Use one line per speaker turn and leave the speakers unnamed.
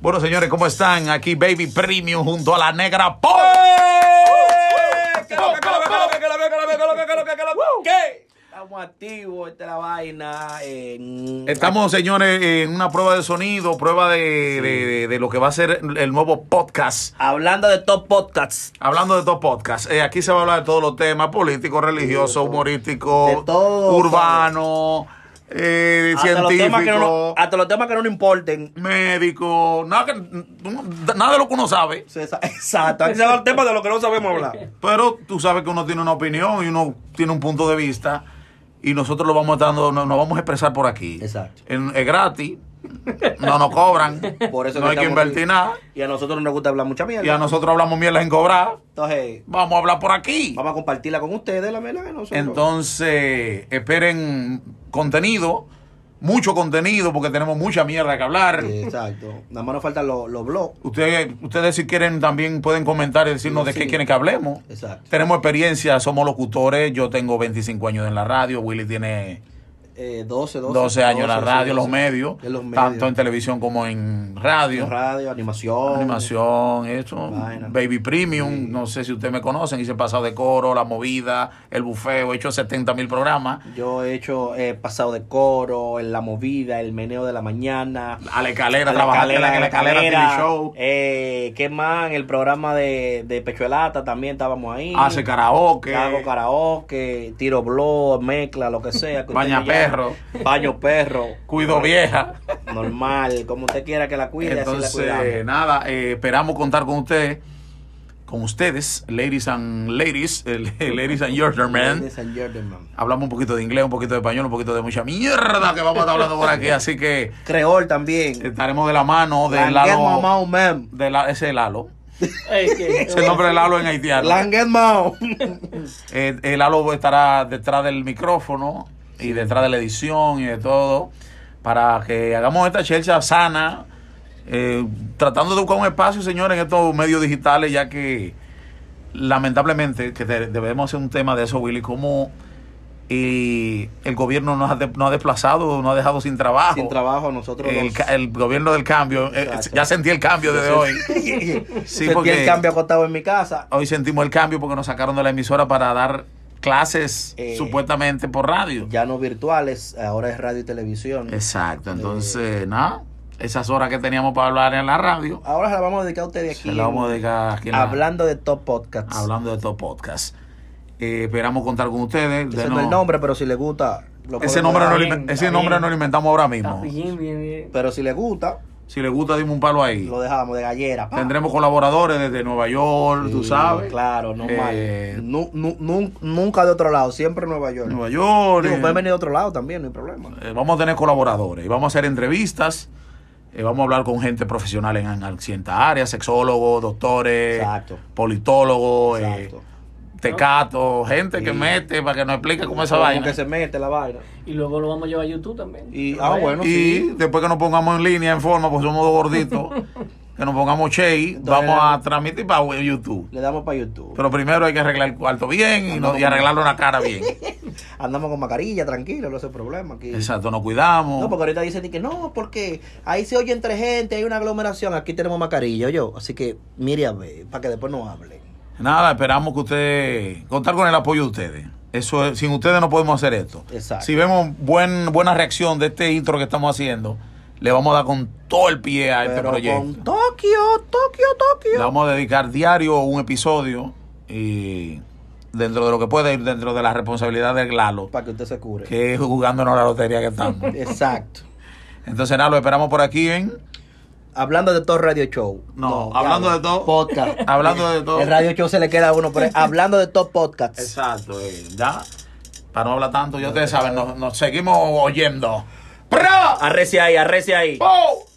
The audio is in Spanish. Bueno, señores, ¿cómo están? Aquí Baby Premium junto a la negra Pop.
Estamos activos, esta es la vaina. en-
Estamos, señores, en una prueba de sonido, prueba de, de- de- de lo que va a ser el nuevo podcast.
hablando de top podcasts.
Hablando de todo podcast, eh, aquí se va a hablar de todos los temas políticos, religiosos,
De
humorísticos,
todo,
urbano, eh,
Hasta los, temas que no, nos-
científico,
hasta los temas que no nos importen.
médico, nada, que- nada de lo que uno sabe.
Se sa- Exacto. Aquí se hablan temas de los que no sabemos hablar.
Pero tú sabes que uno tiene una opinión y uno tiene un punto de vista y nosotros lo vamos dando, nos, nos vamos a expresar por aquí.
Exacto.
En- es gratis, no nos cobran,
Por eso
no hay que
estamos
invertir
aquí.
nada.
Y a nosotros no nos gusta hablar mucha mierda.
Y a nosotros hablamos mierda en cobrar,
Entonces,
vamos a hablar por aquí.
vamos a compartirla con ustedes, la verdad que nosotros.
Entonces, esperen contenido, mucho contenido, porque tenemos mucha mierda que hablar.
Exacto. Nada más nos faltan los, los blogs.
Ustedes, ustedes si quieren también pueden comentar y decirnos de
Sí.
qué quieren que hablemos.
Exacto.
Tenemos experiencia, somos locutores, yo tengo 25 años en la radio, Willy tiene
Eh, 12, 12.
12 años en la
12,
radio,
12,
los medios,
En los medios.
tanto en televisión como en radio,
radio, animación.
animación, eso,
Vaina.
Baby Premium, no sé si ustedes me conocen, hice pasado de coro, la movida, el bufeo, he hecho 70 mil programas,
Yo he hecho eh, pasado de coro, en la movida, el meneo de la mañana.
a la escalera,
La
trabajando en la, en la escalera, TV show,
Eh, ¿Qué más? En el programa de, de Pechuelata también estábamos ahí.
hace karaoke,
Hago karaoke, tiro blog, mezcla, lo que sea. que
Baña
usted me
perro.
llame. Baño perro.
cuido vieja.
Normal, como usted quiera que la cuide, así la
Entonces,
cuidamos.
nada, eh, esperamos contar con ustedes, con ustedes, ladies and ladies, eh, ladies and gentlemen.
Ladies and gentlemen.
Hablamos un poquito de inglés, un poquito de español, un poquito de mucha mierda que vamos a estar hablando por aquí. Así que
Creol también.
estaremos de la mano Eh, de
Languet
Lalo.
Mamao Mem.
De la, ese es Lalo.
Ey, que-
Ese nombre de Lalo en haitiano.
Languet Mao.
Eh, eh, Lalo estará detrás del micrófono y detrás de la edición y de todo para que hagamos esta chelcha sana, eh, tratando de buscar un espacio, señores, en estos medios digitales, ya que lamentablemente que te- debemos hacer un tema de eso, Willy, como eh, el gobierno nos ha, de- nos ha desplazado, nos ha dejado sin trabajo.
Sin trabajo, nosotros.
el,
los-
ca- el gobierno del cambio, eh,
Exacto.
ya sentí el cambio desde hoy. Sí,
Sentí
porque-
el cambio acostado en mi casa.
Hoy sentimos el cambio porque nos sacaron de la emisora para dar clases
Eh,
supuestamente por radio.
Ya Eh, no virtuales, ahora es radio y televisión.
Exacto, entonces, nada, esas horas que teníamos para hablar en la radio,
Ahora la vamos a dedicar a ustedes aquí.
se las vamos a dedicar aquí en la-
Hablando de top podcasts.
hablando de estos podcasts. Eh, esperamos contar con ustedes.
Ese no
denos-
es el nombre, pero si les gusta. lo
ese
podemos
nombre,
dar.
no lo
Está
inven-
bien,
ese
está
nombre
bien.
no lo inventamos ahora
Está
mismo.
bien, bien, bien.
Pero si les gusta,
Si les gusta, dime un palo ahí.
lo dejamos de gallera. pa.
Tendremos colaboradores desde Nueva York, tú
Sí,
sabes.
Claro, normal.
Eh,
Nu- nu- nun- nunca de otro lado, siempre Nueva York.
Nueva York.
Digo,
eh,
pueden venir de otro lado también, no hay problema.
Eh, vamos a tener colaboradores y vamos a hacer entrevistas. eh, vamos a hablar con gente profesional en, en ciertas áreas, sexólogos, doctores,
Exacto.
politólogos, eh,
Exacto.
tecatos, gente que
Sí.
mete para que nos explique cómo es esa
Como
vaina.
que se mete la vaina.
Y luego lo vamos a llevar a YouTube también.
Y,
Pero
ah,
vaya.
bueno,
y
sí.
después que nos pongamos en línea, en forma, pues somos dos gorditos, que nos pongamos chey,
Entonces, eh,
vamos
le-
a transmitir para YouTube.
Le damos para YouTube.
Pero primero hay que arreglar el cuarto bien y, no- y arreglarle una cara bien.
Andamos con mascarilla, tranquilo, no es el problema. Aquí.
Exacto, nos cuidamos.
No, porque ahorita dicen que no, porque ahí se oye entre gente, hay una aglomeración, aquí tenemos mascarilla, yo. Así que mire a ver, para que después no hablen.
Nada, esperamos que ustedes contar con el apoyo de ustedes. Eso es- sin ustedes no podemos hacer esto.
Exacto.
Si vemos buen, buena reacción de este intro que estamos haciendo, le vamos a dar con todo el pie a este
Pero
proyecto.
con Tokio, Tokio,
Le
Tokio.
vamos a dedicar diario un episodio y dentro de lo que puede ir dentro de la responsabilidad del Lalo,
Para que usted se cure.
que es jugándonos la lotería que estamos.
Exacto.
Entonces nada, lo esperamos por aquí en
Hablando de todo radio show.
No, hablando
diablo.
de todo-
Podcast.
Hablando de todo.
El radio show se le queda a uno, pero hablando de todo podcast.
Exacto, eh, ya. Para no hablar tanto, ya ustedes saben, nos, nos seguimos oyendo. ¡Pro!
Arrece ahí, arrece ahí.
¡Pou!